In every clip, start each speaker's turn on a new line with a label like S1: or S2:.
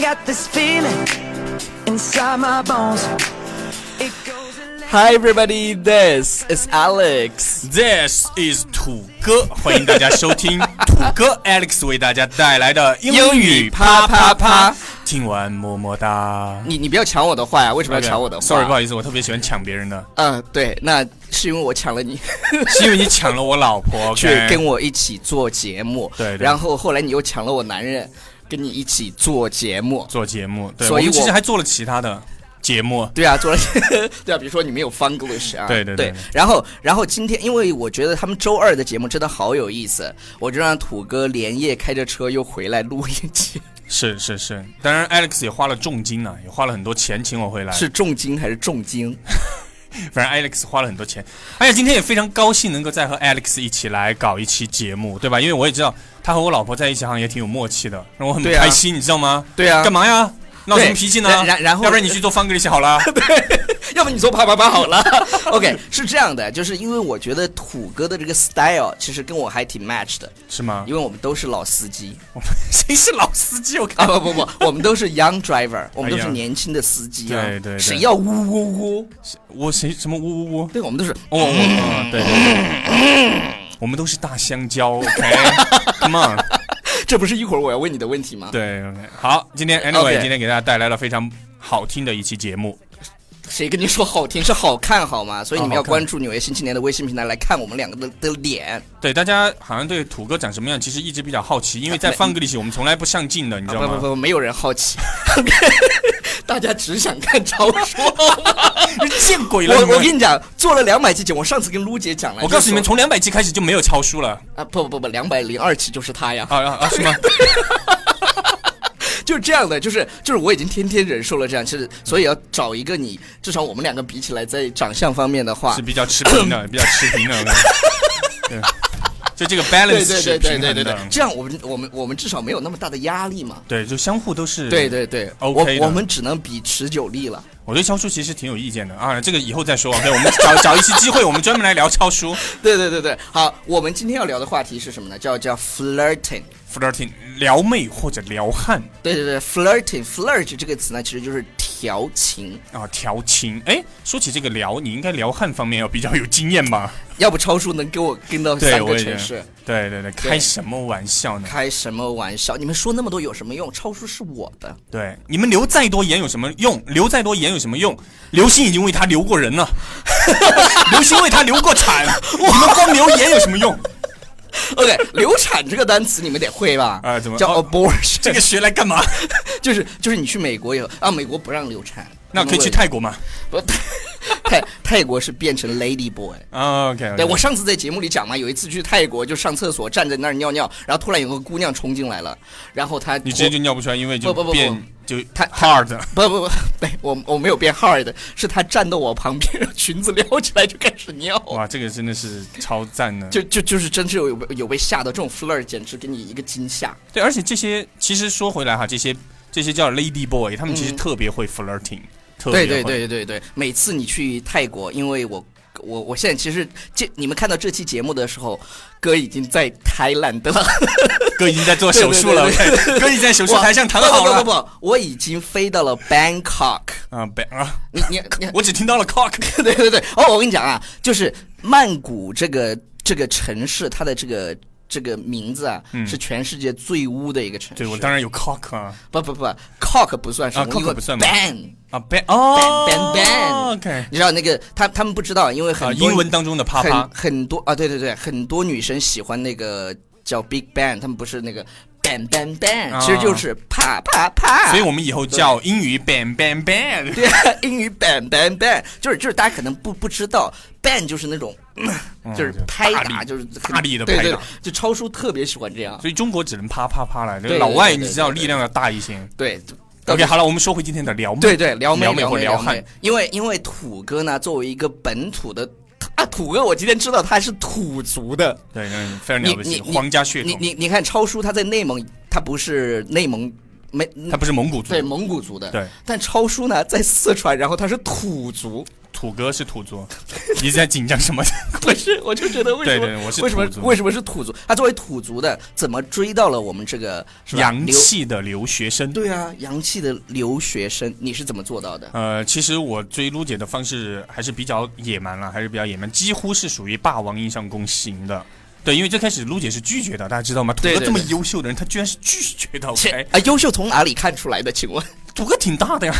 S1: got this feeling inside my bones. It goes
S2: Hi everybody, this is Alex。
S3: This is 土哥，欢迎大家收听 土哥 Alex 为大家带来的英语啪啪啪。听完么么哒。
S2: 你你不要抢我的话呀，为什么要抢我的话
S3: Sorry，不好
S2: 意思。
S3: 意思，我特别喜欢抢别人的，
S2: 嗯，对，那是因为我抢了 你
S3: 是因为你抢了我 老婆。
S2: 去
S3: OK
S2: 跟我一起做节目，
S3: 对对
S2: 然后后来你又抢了我男人，跟你一起做节目。
S3: 做节目，对，
S2: 所以
S3: 我们其
S2: 我
S3: 实还做了其他的节目。
S2: 对啊，做了 对啊，比如说你们有 Funglish 啊，
S3: 对对对
S2: 然后然后今天，因为我觉得他们周二的节目真的好有意思，我就让土哥连夜开着车又回来录一
S3: 哎
S2: 期，
S3: 是是是，当然 Alex 也花了重金呢、也花了很多钱请我回来。
S2: 是，重金还是重金？
S3: 反正 Alex 花了很多钱，而且今天也非常高兴能够再和 Alex 一起来搞一期节目，对吧？因为我也知道他和我老婆在一起好像也挺有默契的，让我很
S2: 对啊
S3: 开心，你知道吗？
S2: 对啊
S3: 干嘛呀？闹什么
S2: 对
S3: 脾气呢？
S2: 然然然后
S3: 要不然你去做方格里去 好了。
S2: 要不你做啪啪啪好了。OK，是这样的，就是因为我觉得土哥的这个 style 其实跟我还挺 match 的，
S3: 是吗？
S2: 因为我们都是老司机
S3: 我们谁是老司机？我
S2: 啊，
S3: 靠！
S2: 不 不不，我们都是 young driver，我们都
S3: 哎
S2: 是
S3: 呀
S2: 年轻的司机啊，
S3: 对对对
S2: 谁要呜呜呜？
S3: 我谁什么呜呜呜？
S2: 对，我们都是
S3: 哦，我我对对对，我们都是大香蕉。OK，Come、on。
S2: 这不是一会儿我要问你的问题吗？
S3: 对，OK，好，今天 anyway，、
S2: OK
S3: 今天给大家带来了非常好听的一期节目。
S2: 谁跟你说好听是好看好吗？所以你们
S3: 哦
S2: 要
S3: 好看
S2: 关注纽约新青年的微信平台来看我们两个的的脸，
S3: 对，大家好像对土哥长什么样，其实一直比较好奇，因为在
S2: 没嗯
S3: 放歌里起我们从来不上镜的，你知
S2: 啊
S3: 道
S2: 不
S3: 吗？
S2: 不不，没有人好 奇，大家只想看超说。
S3: 你见鬼了！
S2: 我
S3: 你们
S2: 我跟你讲，做了两百期节目，我上次跟撸姐讲了，
S3: 我告诉你们，
S2: 就说
S3: 从两百期开始就没有超书了。
S2: 啊，不不不，两百零二期就是他呀，
S3: 啊啊啊！ 是吗？
S2: 就是这样的，就是就是我已经天天忍受了这样，其实所以要找一个你，至少我们两个比起来，在长相方面的话
S3: 是，比较持平的，比较持平的。我跟你说 对，就这个
S2: 对
S3: balance
S2: 对
S3: 是
S2: 对对
S3: 平
S2: 对
S3: 衡
S2: 对对
S3: 的，。
S2: 这样我们我们我们至少没有那么大的压力嘛。
S3: 对，就相互都是
S2: 对对对，我
S3: OK 的
S2: 我们只能比持久力了。
S3: 我对超叔其实挺有意见的啊，这个以后再说。OK，我们 找找一期机会，我们专门来聊超叔
S2: 对对对对，好，我们今天要聊的话题是什么呢？叫叫 flirting。
S3: flirting 撩妹或者撩汉
S2: 对对对，flirting，flirt 这个词呢，其实就是调情。
S3: 啊，调情。哎，说起这个撩，你应该撩汉方面要比较有经验吧？
S2: 要不超叔能给我跟到
S3: 对，
S2: 三
S3: 我
S2: 个
S3: 也
S2: 城
S3: 觉
S2: 市
S3: 得，对对对，开什么玩笑呢？
S2: 开什么玩笑？你们说那么多有什么用？超叔是我的。
S3: 对，你们留再多言有什么用？留再多言有什么用？刘星已经为他流过 人了，刘星为他流过产，你们光留言有什 么用？
S2: OK，流产这个单词你们得会吧？
S3: 啊怎么
S2: 叫
S3: 哦
S2: abortion？、
S3: 这个学来干嘛？
S2: 就是就是你去美国以后啊，美国不让流产，
S3: 那可以去泰国嘛
S2: 不泰泰国是变成 lady boy。
S3: 啊？OK，
S2: 对我上次在节目里讲嘛，有一次去泰国就上厕所站在那儿尿尿，然后突然有个姑娘冲进来了，然后她
S3: 你直接就尿不出来，因为就
S2: 不不不不
S3: 变就
S2: 他他
S3: hard
S2: 不不不， 对我我没有变 hard，是她站到我旁边，裙子撩起来就开始尿。
S3: 哇，这个真的是超赞的。
S2: 就就就是真是有有有被吓到，这种 flirt 简直给你一个惊吓。
S3: 对，而且这些其实说回来哈，这些这些叫 lady boy，他们其实特别会 flirting，、
S2: 嗯对
S3: 特别
S2: 对
S3: 会
S2: 对对对，每次你去泰国，因为我我我现在其实这你们看到这期节目的时候，哥已经在泰兰德了，
S3: 哥已经在做手术了
S2: 对对对
S3: ，OK，哥已经在手术台上躺好
S2: 不不
S3: 了。
S2: 不不，我已经飞到了 Bangkok。
S3: 啊，北啊，
S2: 你你你，
S3: 我只听到了 cock。
S2: 对对对，哦，我跟你讲啊，就是曼谷这个这个城市，它的这个。这个名字啊，是全世界最污的一个城市。
S3: 对，我嗯当然有 cock 啊
S2: 不不不，cock 不算什么
S3: 啊，cock 不算吗
S2: b a n
S3: 啊 ban 哦
S2: ban ban
S3: OK
S2: 你知道那个他他们不知道，因为
S3: 啊，
S2: 很多
S3: 英文当中的啪
S2: 很
S3: 啪
S2: 很多啊，对对对，很多女生喜欢那个叫 Big Bang，他们不是那个 Bang Bang Bang，、
S3: 啊
S2: 其实就是啪啪啪。
S3: 所以我们以后叫英语 ban ban ban。
S2: 对、啊、英语 Bang Bang Bang，就是就是大家可能不不知道，Bang 就是那种、就是拍
S3: 嗯大
S2: 打，
S3: 力
S2: 就是很
S3: 大力地
S2: 对
S3: 拍
S2: 对
S3: 打
S2: 对就超叔特别喜欢这样。
S3: 所以中国只能啪啪啪了，这
S2: 对
S3: 个
S2: 对
S3: 老外
S2: 对对
S3: 你知道
S2: 对对
S3: 力量要大一些。
S2: 对
S3: OK，好了，我们说回今天的撩妹。
S2: 对对，撩妹
S3: 撩妹或
S2: 妹
S3: 撩
S2: 撩
S3: 汉
S2: 妹，因为因为土哥呢，作为一个本土的啊，土哥我今天知道他是土族的。
S3: 对，嗯非常
S2: 你
S3: 了不
S2: 你
S3: 起，
S2: 你
S3: 皇家血
S2: 你
S3: 统。
S2: 你你看，超叔他在内蒙，他不是内蒙没
S3: 他不是蒙古族，
S2: 对蒙古族的，
S3: 对。
S2: 但超叔呢在四川，然后他是土族，
S3: 土哥是土族，你在紧张什么？
S2: 不 是？我就觉得为什么
S3: 对对我是
S2: 为什么
S3: 土族
S2: 为什么是土族？他作为土族的，怎么追到了我们这个是吧
S3: 洋
S2: 留
S3: 气的留学生。
S2: 对啊，洋气的留学生，你是怎么做到的？
S3: 呃，其实我追撸姐的方式还是比较野蛮了，还是比较野蛮，几乎是属于霸王硬上弓型的。对，因为最开始撸姐是拒绝的，大家知道吗？土
S2: 对
S3: 哥
S2: 对
S3: 这么
S2: 对
S3: 优秀的人，他居然是拒绝的。
S2: 切
S3: OK，
S2: 啊，优秀从哪里看出来的？请问
S3: 土哥挺大的呀。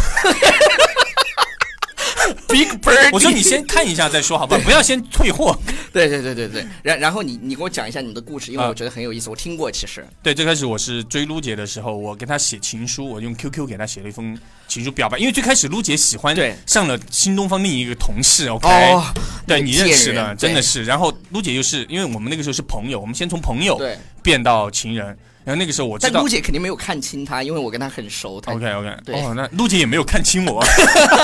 S2: ，Big Bird，
S3: 我说你先看一下再说，好吧？不要先退货。
S2: 对对对对对，然然后你你给我讲一下你的故事，因为
S3: 啊
S2: 我觉得很有意思，我听过其实。
S3: 对，最开始我是追撸姐的时候，我给她写情书，我用 QQ 给她写了一封情书表白，因为最开始撸姐喜欢
S2: 对
S3: 上了新东方另一个同事，OK，、
S2: 哦
S3: 对你
S2: 贱
S3: 认识的，
S2: 人
S3: 真的
S2: 对
S3: 是。然后撸姐又是因为我们那个时候是朋友，我们先从朋友
S2: 对
S3: 变到情人，然后那个时候我知
S2: 但
S3: 道
S2: 姑姐肯定没有看清他，因为我跟他很熟。他
S3: OK OK，
S2: 对
S3: 哦，那陆姐也没有看清 我，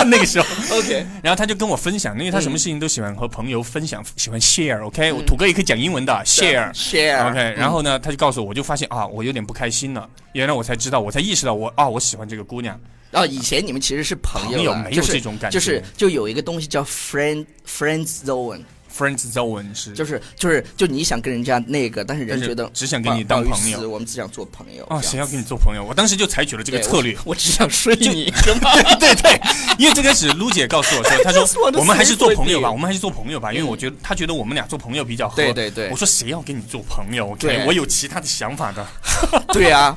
S3: 那个时候，
S2: OK，
S3: 然后她就跟我分
S2: 嗯
S3: 享，因为她什么事情都喜欢和朋友分享，喜欢 share，OK，、我土哥也可以讲英文的 share。
S2: 啊 share 嗯
S3: OK，然后呢，她就告诉我，我就发现啊，我有点不开心了。原来我才知道，我才意识到我啊，我喜欢这个姑娘。
S2: 哦，以前你们其实是朋
S3: 朋友
S2: 啊
S3: 没有
S2: 就是
S3: 这种感觉
S2: 就是就有一个东西叫 friend friend zone，
S3: Friends zone 是，
S2: 就是是就是就你想跟人家那个，但是人
S3: 但是
S2: 觉得
S3: 只想跟
S2: 不好
S3: 你当
S2: 不好意
S3: 朋友
S2: 思我们只想做朋友
S3: 啊，
S2: 这样
S3: 谁要跟你做朋友？我当时就采取了这个
S2: 对
S3: 策略
S2: 我，我只想睡你，
S3: 对对对，因为最开始撸姐告诉我说，她
S2: 就是我
S3: 说
S2: 的
S3: 我们还是做朋友吧，
S2: 神回避
S3: 我们还是做朋友吧，因为我觉得她觉得我们俩做朋友比较合。
S2: 嗯对对对
S3: 我说谁要跟你做朋友？OK，
S2: 对
S3: 我有其他的想法的。
S2: 对啊，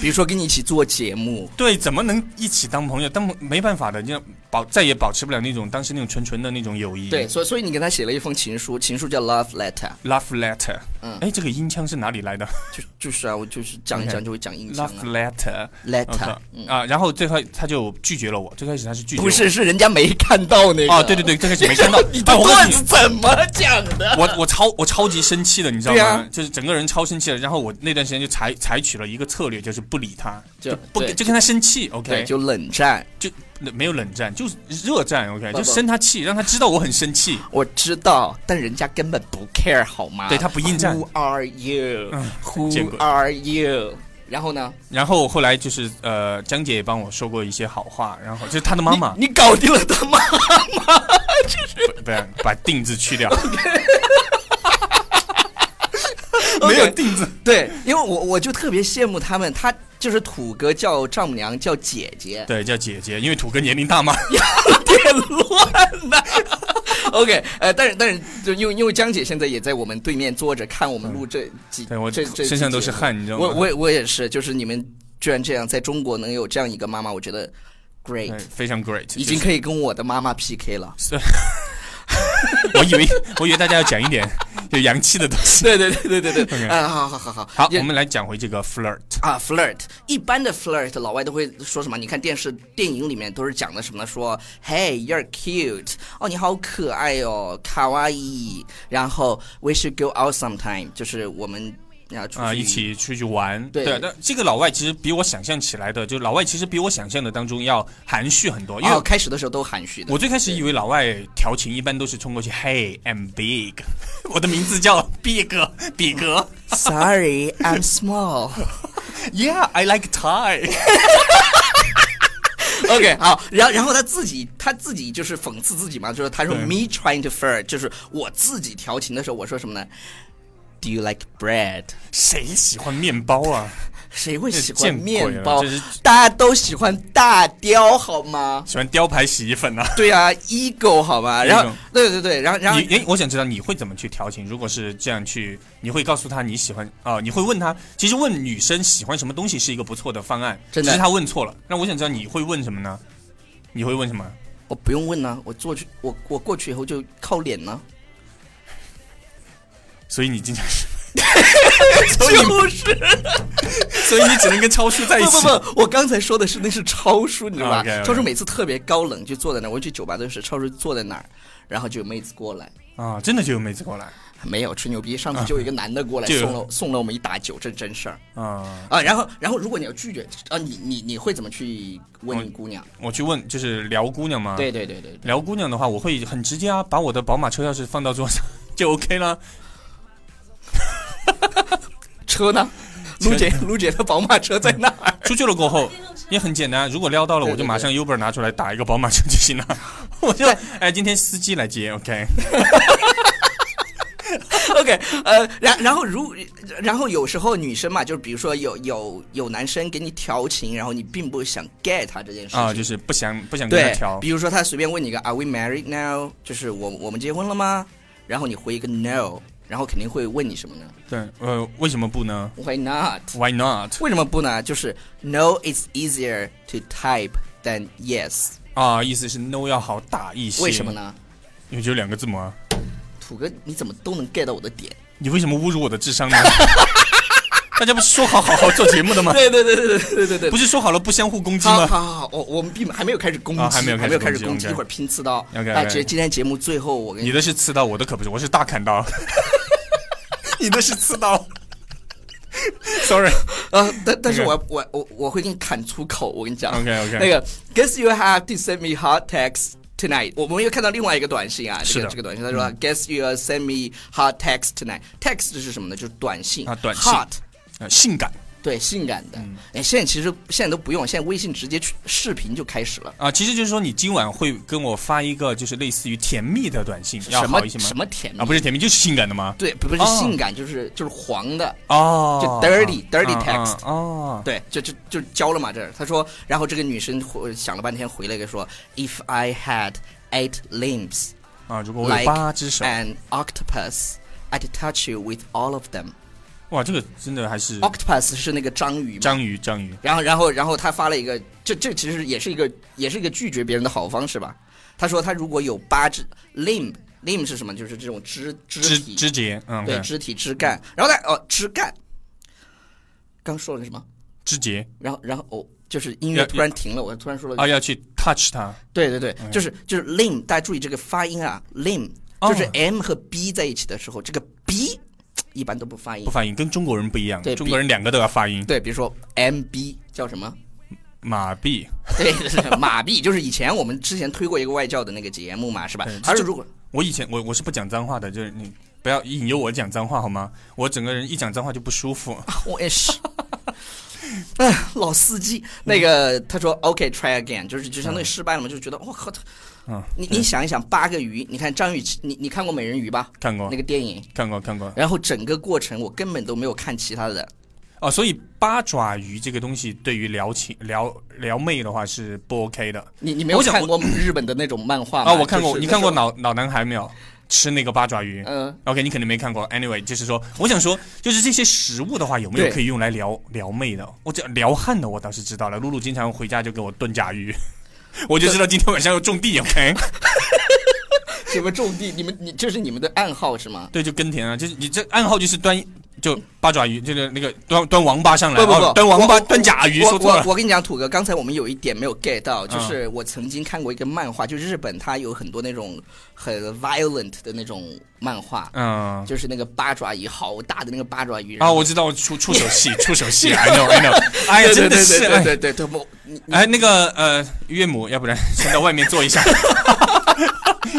S2: 比如说跟你一起做节目，
S3: 对，怎么能一起当朋友？当没办法的，就保再也保持不了那种当时那种纯纯的那种友谊。
S2: 对，所以所以你给他写了一封情书，情书叫 love letter，
S3: ，love letter，
S2: 嗯
S3: 哎，这个音腔是哪里来的
S2: 就就是啊，我就是讲一
S3: OK
S2: 讲就会讲印象
S3: ？love
S2: 啊
S3: letter。
S2: letter，嗯
S3: OK，啊，然后最后他就拒绝了我。最开始他是拒绝我，
S2: 不是是人家没看到那个，。
S3: 哦，对对对，最开始没看到
S2: 你
S3: 哎
S2: 的
S3: 我告诉
S2: 段
S3: 你
S2: 子怎么讲的？
S3: 我我超我超级生气的，你知道
S2: 对
S3: 吗？
S2: 啊
S3: 就是整个人超生气的。然后我那段时间就采采取了一个策略，就是不理他，
S2: 就
S3: 就不
S2: 对
S3: 就跟他生气
S2: 对，
S3: ，OK，
S2: 就冷战。
S3: 就没有冷战，就是热战，OK，
S2: 不
S3: 就生他气，让他知道我很生气。
S2: 我知道，但人家根本不 care 好吗？
S3: 对他不应战嗯
S2: Who are you?
S3: 见
S2: Who
S3: 鬼
S2: are you? 然后呢？
S3: 然后后来就是呃，江姐也帮我说过一些好话，然后就是她的妈妈，
S2: 你搞定了他妈！
S3: 不不把“定”字去掉，
S2: OK
S3: 没有“定”字，
S2: 对，因为我我就特别羡慕他们，他就是土哥叫丈母娘叫姐 姐，
S3: 对，叫姐姐，因为土哥年龄大嘛。
S2: 点乱了。OK，呃，但是但是，就因为因为江姐现在也在我们对面坐着看我们录这几，
S3: 对我
S2: 这这
S3: 身上都是
S2: 汗。
S3: 汗，你知道吗？
S2: 我我我也是，就是你们居然这样，在中国能有这样一个妈妈，我觉得 great，、
S3: 对非常 great，
S2: 已经
S3: 就是
S2: 可以跟我的妈妈 PK 了。
S3: 我以为我以为大家要讲一点有洋气的东西。
S2: 对对对对对
S3: OK
S2: 对，啊，好好好好
S3: 好，
S2: 也
S3: 我们来讲回这个 flirt。
S2: 啊，flirt，一般的 flirt，老外都会说什么？你看电视、电影里面都是讲的什么呢？说，Hey，you're cute，哦，你好可爱哦，卡哇伊，然后 we should go out sometime，就是我们要出去、哦
S3: 啊，一起出去玩。
S2: 嗯对
S3: 但这个老外其实比我想象起来的，就老外其实比我想象的当中要含蓄很多，因为
S2: 哦，开始的时候都含蓄的
S3: 我，最开始以为老外调情一般都是冲过去，Hey，I'm big，我 的名字叫 Big 比格
S2: Sorry，I'm small 。
S3: ，Yeah，I like Thai。
S2: OK，好，然后然后他自己他自己就是讽刺自己嘛，就是他说
S3: 对
S2: me trying to flirt，就是我自己调情的时候，我说什么呢？Do you like bread？
S3: 谁喜欢面包啊？
S2: 谁会喜
S3: 见
S2: 欢
S3: 鬼
S2: 面
S3: 了
S2: 包
S3: 这是？
S2: 大家都喜欢大雕好吗？
S3: 喜欢雕牌洗衣粉啊？
S2: 对啊，ego 好吗？然后
S3: Ego
S2: 对对对，然后然后
S3: 你哎，我想知道你会怎么去调情？如果是这样去，你会告诉他你喜欢啊、你会问他，其实问女生喜欢什么东西是一个不错的方案，
S2: 真的
S3: 只是他问错了。那我想知道你会问什么呢？你会问什么？
S2: 我哦不用问呢、我坐去我我过去以后就靠脸 呢、
S3: 所以你经常，
S2: 就是。
S3: 所以你只能跟超叔在一
S2: 不
S3: 起。
S2: 不不，我刚才说的是那是超叔，你知道吧
S3: 哎啊 OK，OK
S2: 超叔每次特别高冷，就坐在那儿。我去酒吧都是超叔坐在那儿，然后就有妹子过来，
S3: 啊，真的就有妹子过来
S2: 没有吹牛逼。上次就有一个男的过来
S3: 就有
S2: 送了送了我们一打酒，这是真事儿
S3: 啊。
S2: 啊。然后然后如果你要拒绝啊，你你你会怎么去问姑娘？
S3: 我啊去问，就是聊姑娘吗？
S2: 对对对对对，
S3: 聊姑娘的话，我会很直接啊，把我的宝马车钥匙放 到桌上就 OK 了。
S2: 车呢？卢姐卢姐的宝马车在哪儿？
S3: 出去了过后也很简单，如果撩到了，我就马上 Uber 拿出来打一个宝马车就行了。 我就哎，今天司机来接，OK。
S2: OK，呃，然然后如然后有时候女生嘛，就是比如说有有有男生给你调情，然后你并不想 get 他这件事情
S3: 啊，就是不想不想跟他
S2: 对
S3: 调，
S2: 比如说他随便问你一个 Are we married now？就是我我们结婚了吗？然后你回一个 No，然后肯定会问你什么呢
S3: 对，呃，为什么不呢
S2: ？Why not？
S3: ？Why not？
S2: 为什么不呢？就是 No is easier to type than yes。
S3: 啊，意思是 no 要好打一些。
S2: 为什么？呢？
S3: 因为只有两个字母啊。
S2: 土哥，你怎么都能 get 到我的点？
S3: 你为什么侮辱我的智商呢？ 大家不是说好好好做节目的吗？
S2: 对对对对对对对
S3: 不。是说好了不相互攻击
S2: 好
S3: 吗？
S2: 好好，好我我们并还没有开始攻击，
S3: 啊还没有开始
S2: 开始
S3: 攻
S2: 攻击，
S3: 击
S2: 一会儿拼刺刀。
S3: OK，OK
S2: 那今今天节目最后，我跟
S3: 你的是刺刀，我的可不是，我是大砍刀。 你的是刺刀。Sorry，
S2: 呃，但但是
S3: OK
S2: 我我我我会给你砍出口，我跟你讲。
S3: OK，OK
S2: 那个，Guess you have to send me hot text tonight。我们又看到另外一个短信啊，这
S3: 是
S2: 个
S3: 的
S2: 这个短
S3: 嗯
S2: 信，他说 Guess you have send me hot text tonight。Text 是什么呢？就是短信
S3: 啊短信嗯
S2: Hot
S3: 呃性感
S2: 对，性感的。哎，现在其实现在都不用，现在微信直接去视频就开始了。
S3: 啊，其实就是说你今晚会跟我发一个就是类似于甜蜜的短信，要
S2: 什
S3: 好
S2: 么
S3: 一些吗？
S2: 什么甜蜜
S3: 啊，不是甜蜜，就是性感的吗？
S2: 对，不不是
S3: 哦
S2: 性感，就是就是黄的。
S3: 哦，
S2: 就 dirty- dirty
S3: 啊啊
S2: text
S3: 哦，
S2: 对，就就就交了嘛，这儿他说，然后这个女生回想了半天，回了一个说，If I had eight limbs
S3: 啊，如果我有
S2: like 哎
S3: 八只手，
S2: an octopus, I'd touch you with all of them.
S3: 哇，这个真的还是
S2: 哦 Octopus 是那个章鱼嘛？
S3: 章鱼章鱼
S2: 然后，然后，然后他发了一个，这这其实也是一个，也是一个拒绝别人的好方式吧。他说他如果有八只 limb limb 是什么？就是这种肢肢
S3: 肢
S2: 体
S3: 肢节，嗯，
S2: 对
S3: 对
S2: 肢体枝干。然后他哦枝干，刚说了个什么？
S3: 肢节
S2: 然后然后哦，就是音乐
S3: 要
S2: 突然停了，我突然说了
S3: 啊，要去 touch 它，
S2: 对对对，就是就是 lim，大家注意这个发音啊，lim
S3: 哦
S2: 就是 m 和 b 在一起的时候，这个 b 一般都不发音
S3: 不。发音，跟中国人不一样
S2: 对，
S3: 中国人两个都要发音，
S2: 对，比如说 m b 叫什么？
S3: 马币
S2: 对对对，马币就是以前我们之前推过一个外教的那个节目嘛，是吧？而是如果
S3: 我以前我我是不讲脏话的，就是你不要引诱我讲脏话好吗？我整个人一讲脏话就不 舒服。
S2: 我也哦是。哎，老司机，那个
S3: 嗯
S2: 他说 OK try again，就是就相当于失败了嘛，就觉得我靠，他
S3: 嗯，
S2: 你你想一想，八个鱼，你看张雨绮，你你看过美人鱼吧？
S3: 看过
S2: 那个电影，
S3: 看过看过
S2: 然后整个过程我根本都没有看其他的，
S3: 哦，所以八爪鱼这个东西对于撩情撩撩妹的话是不 OK 的
S2: 你你没有
S3: 我想
S2: 看过日本的那种漫画吗？
S3: 啊。我看过，
S2: 就是
S3: 你看过《老老男孩》没有？吃那个八爪鱼，
S2: 嗯
S3: ，OK，你肯定没看过。Anyway，就是说，我想说，就是这些食物的话，有没有
S2: 对
S3: 可以用来撩撩妹的？我这撩汉的我倒是知道了，露露经常回家就给我炖甲鱼， 我就知道今天晚上要种地，OK。
S2: 什么种地？你们你这是你们的暗号是吗？
S3: 对，就耕田啊，就是你这暗号就是端就八爪鱼，就是那个端端王八上来，
S2: 不不不
S3: 哦端王
S2: 我
S3: 八端甲鱼，
S2: 我
S3: 说错
S2: 我
S3: 了。啊
S2: 我跟你讲，土哥，刚才我们有一点没有 get 到，就是我曾经看过一个漫画，就日本它有很多那种很 violent 的那种漫画，
S3: 嗯
S2: 就是那个八爪鱼，好大的那个八爪鱼
S3: 啊，我知道，我出出手戏，出手戏，I 啊 know I know，哎呀，
S2: 对对
S3: 真的
S2: 对
S3: 是，
S2: 对
S3: 哎
S2: 对对对，我你
S3: 哎，那个呃，岳母，要不然先到外面坐 一下，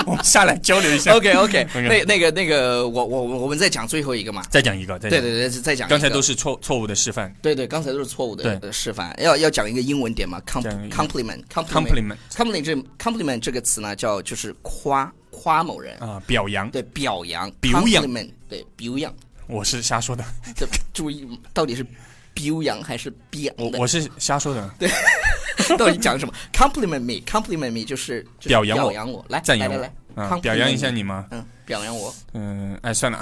S3: 我们下来交流一下。
S2: OK OK，
S3: OK
S2: 那那个那个，我我我们再讲最后一个嘛。
S3: 再讲一个，再
S2: 对
S3: 讲，
S2: 对对，再讲一个。
S3: 刚才都是错错误的示范
S2: 对对，刚才都是错误的
S3: 对
S2: 呃示范。要要讲一个英文点嘛
S3: 讲
S2: ，compl
S3: 一个
S2: compliment
S3: ，compliment
S2: compliment 这 compliment 这个词呢，叫就是夸夸某人，
S3: 啊，表扬，
S2: 对表扬
S3: 表扬
S2: compliment，对表扬，
S3: 我是瞎说的，
S2: 这注意到底是表扬还是表
S3: 我
S2: 扬的？
S3: 我是瞎说的，
S2: 到底讲什么？compliment me，compliment me 就是就是
S3: 表扬我
S2: 表扬我，来
S3: 赞扬
S2: 来
S3: 我
S2: 来，来
S3: 啊，表扬一下，
S2: compliment
S3: 你吗？
S2: me，嗯，表扬我。
S3: 嗯，哎，算了，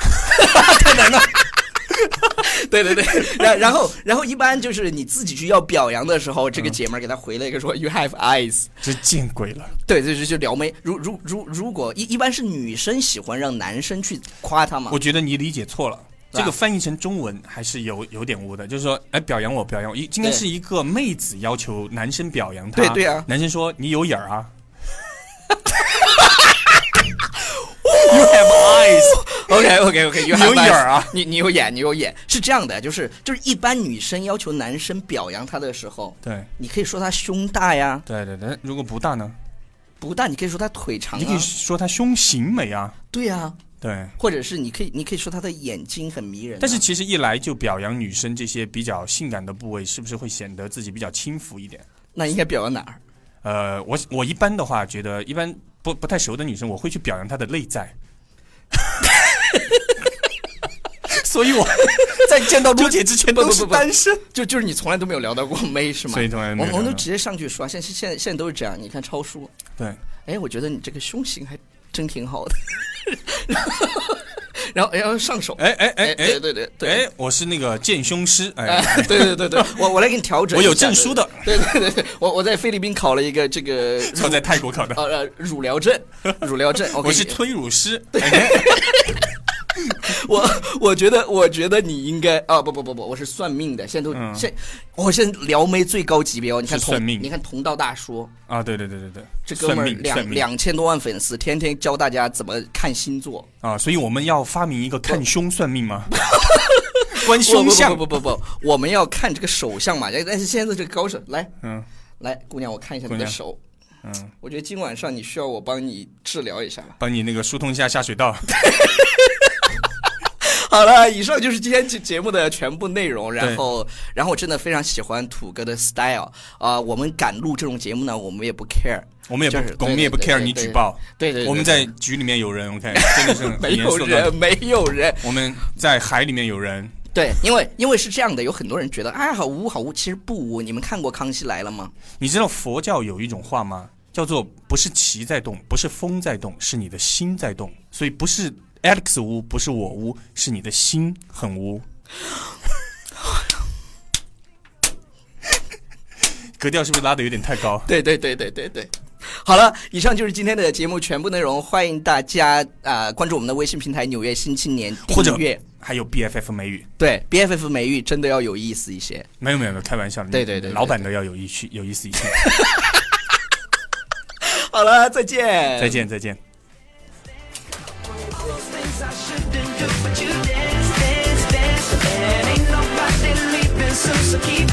S2: 对对对， 然然后然后一般就是你自己去要表扬的时候，这个
S3: 嗯
S2: 姐们儿给他回了一个说 “You have eyes”，
S3: 这见鬼了。
S2: 对，就是就撩妹。如如如如果一一般是女生喜欢让男生去夸她嘛
S3: 我，觉得你理解错了。
S2: 是吧
S3: 这个翻译成中文还是有有点污的，就是说，哎，表扬我，表扬我，一应该是一个妹子要求男生表扬她，
S2: 对对啊
S3: 男生说你有眼儿啊，You have
S2: OK OK OK，
S3: 你有眼儿啊，
S2: 你你有眼，你有眼，是这样的，就是就是一般女生要求男生表扬她的时候，
S3: 对
S2: 你可以说她胸大呀，
S3: eyes，对对对，如果不大呢，
S2: 不大，你可以说她腿长
S3: 你可以
S2: 啊，
S3: 说她胸型美啊，
S2: 对呀、啊，
S3: 对。
S2: 或者是你可以，你可以说他的眼睛很迷人啊、
S3: 但是其实一来就表扬女生这些比较性感的部位，是不是会显得自己比较轻浮一点？
S2: 那应该表扬哪儿？
S3: 呃，我我一般的话，觉得一般不不太熟的女生，我会去表扬她的内在。 所以我在见到朱姐之前
S2: 不不
S3: 都
S2: 不
S3: 是单身。
S2: 就就是你从来都没有聊到过妹是吗？
S3: 所以从来没
S2: 我
S3: 有
S2: 们我们
S3: 聊
S2: 都
S3: 到
S2: 直接上去说啊，现在现在现在都是这样。你看超叔，
S3: 对，
S2: 哎，我觉得你这个胸型还真挺好的， 然后然后然后上手，
S3: 哎哎哎
S2: 对
S3: 哎
S2: 对对对。
S3: 哎，我是那个健胸师，哎，
S2: 哎， 对对对对，我我来给你调整一下。
S3: 我有证书的
S2: 对。对对对对，我我在菲律宾考了一个这 个
S3: 我在泰国考的，
S2: 呃呃乳疗证，乳疗证。我给
S3: 我
S2: 你
S3: 是推乳师。哎
S2: 我我觉得，我觉得你应该啊，不不不不，我是算命的，现在都、
S3: 嗯
S2: 现，我、现在撩妹最高级别哦，你看
S3: 是
S2: 同
S3: 算命
S2: 你看同道大叔
S3: 啊，对对对对对，
S2: 这哥们儿
S3: 算命算
S2: 两
S3: 命
S2: 两千多万粉丝，天天教大家怎么看星座，
S3: 啊，所以我们要发明一个看胸算命 吗？观
S2: 不
S3: 胸
S2: 不
S3: 相
S2: 不不不不，我们要看这个手相嘛，但但是现在这个高手来
S3: 嗯
S2: 来，姑娘，我看一下你
S3: 姑
S2: 的
S3: 娘
S2: 手，
S3: 嗯，
S2: 我觉得今晚上你需要我帮你治疗一下吧。
S3: 帮你那个疏通一下下水道。
S2: 好了，以上就是今天节节目的全部内容。然
S3: 对
S2: 后，然后我真的非常喜欢土哥的 style 啊、我们敢录这种节目呢，我们也不 care，
S3: 我们也
S2: 就是
S3: 不，我们也不 care 你举报。
S2: 对对对对对
S3: 我们在局里面有人，OK，真的是很
S2: 没
S3: 严
S2: 有
S3: 肃的状态
S2: 人，。没有人。
S3: 我们在海里面有人，
S2: 对，因为因为是这样的，有很多人觉得哎好污好污，其实不污。你们看过《康熙来了》吗？
S3: 你知道佛教有一种话吗？叫做不是旗在动，不是风在动，是你的心在动。所以不是 Alex 污，不是我污，是你的心很污。 格调是不是拉的有点太高？
S2: 对对对对对对。好了，以上就是今天的节目全部内容，欢迎大家啊、呃关注我们的微信平台《纽约新青年》，
S3: 或者
S2: 订阅
S3: 还有 BFF 美语，
S2: 对 B F F 美育真的要有意思一些。
S3: 没有没有没有，开玩笑的。
S2: 对对对对
S3: 老板都要有意趣，有意思一些。
S2: 好了，再见，
S3: 再。见再 见。
S1: All those things I shouldn't do, but you dance, dance, dance, and ain't nobody leaving, so so keep